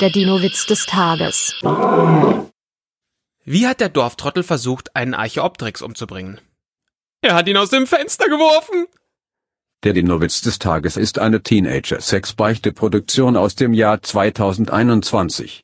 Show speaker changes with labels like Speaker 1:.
Speaker 1: Der Dino-Witz des Tages.
Speaker 2: Wie hat der Dorftrottel versucht, einen Archäopteryx umzubringen? Er hat ihn aus dem Fenster geworfen.
Speaker 3: Der Dinowitz des Tages ist eine Teenager-Sex-Beichte-Produktion aus dem Jahr 2021.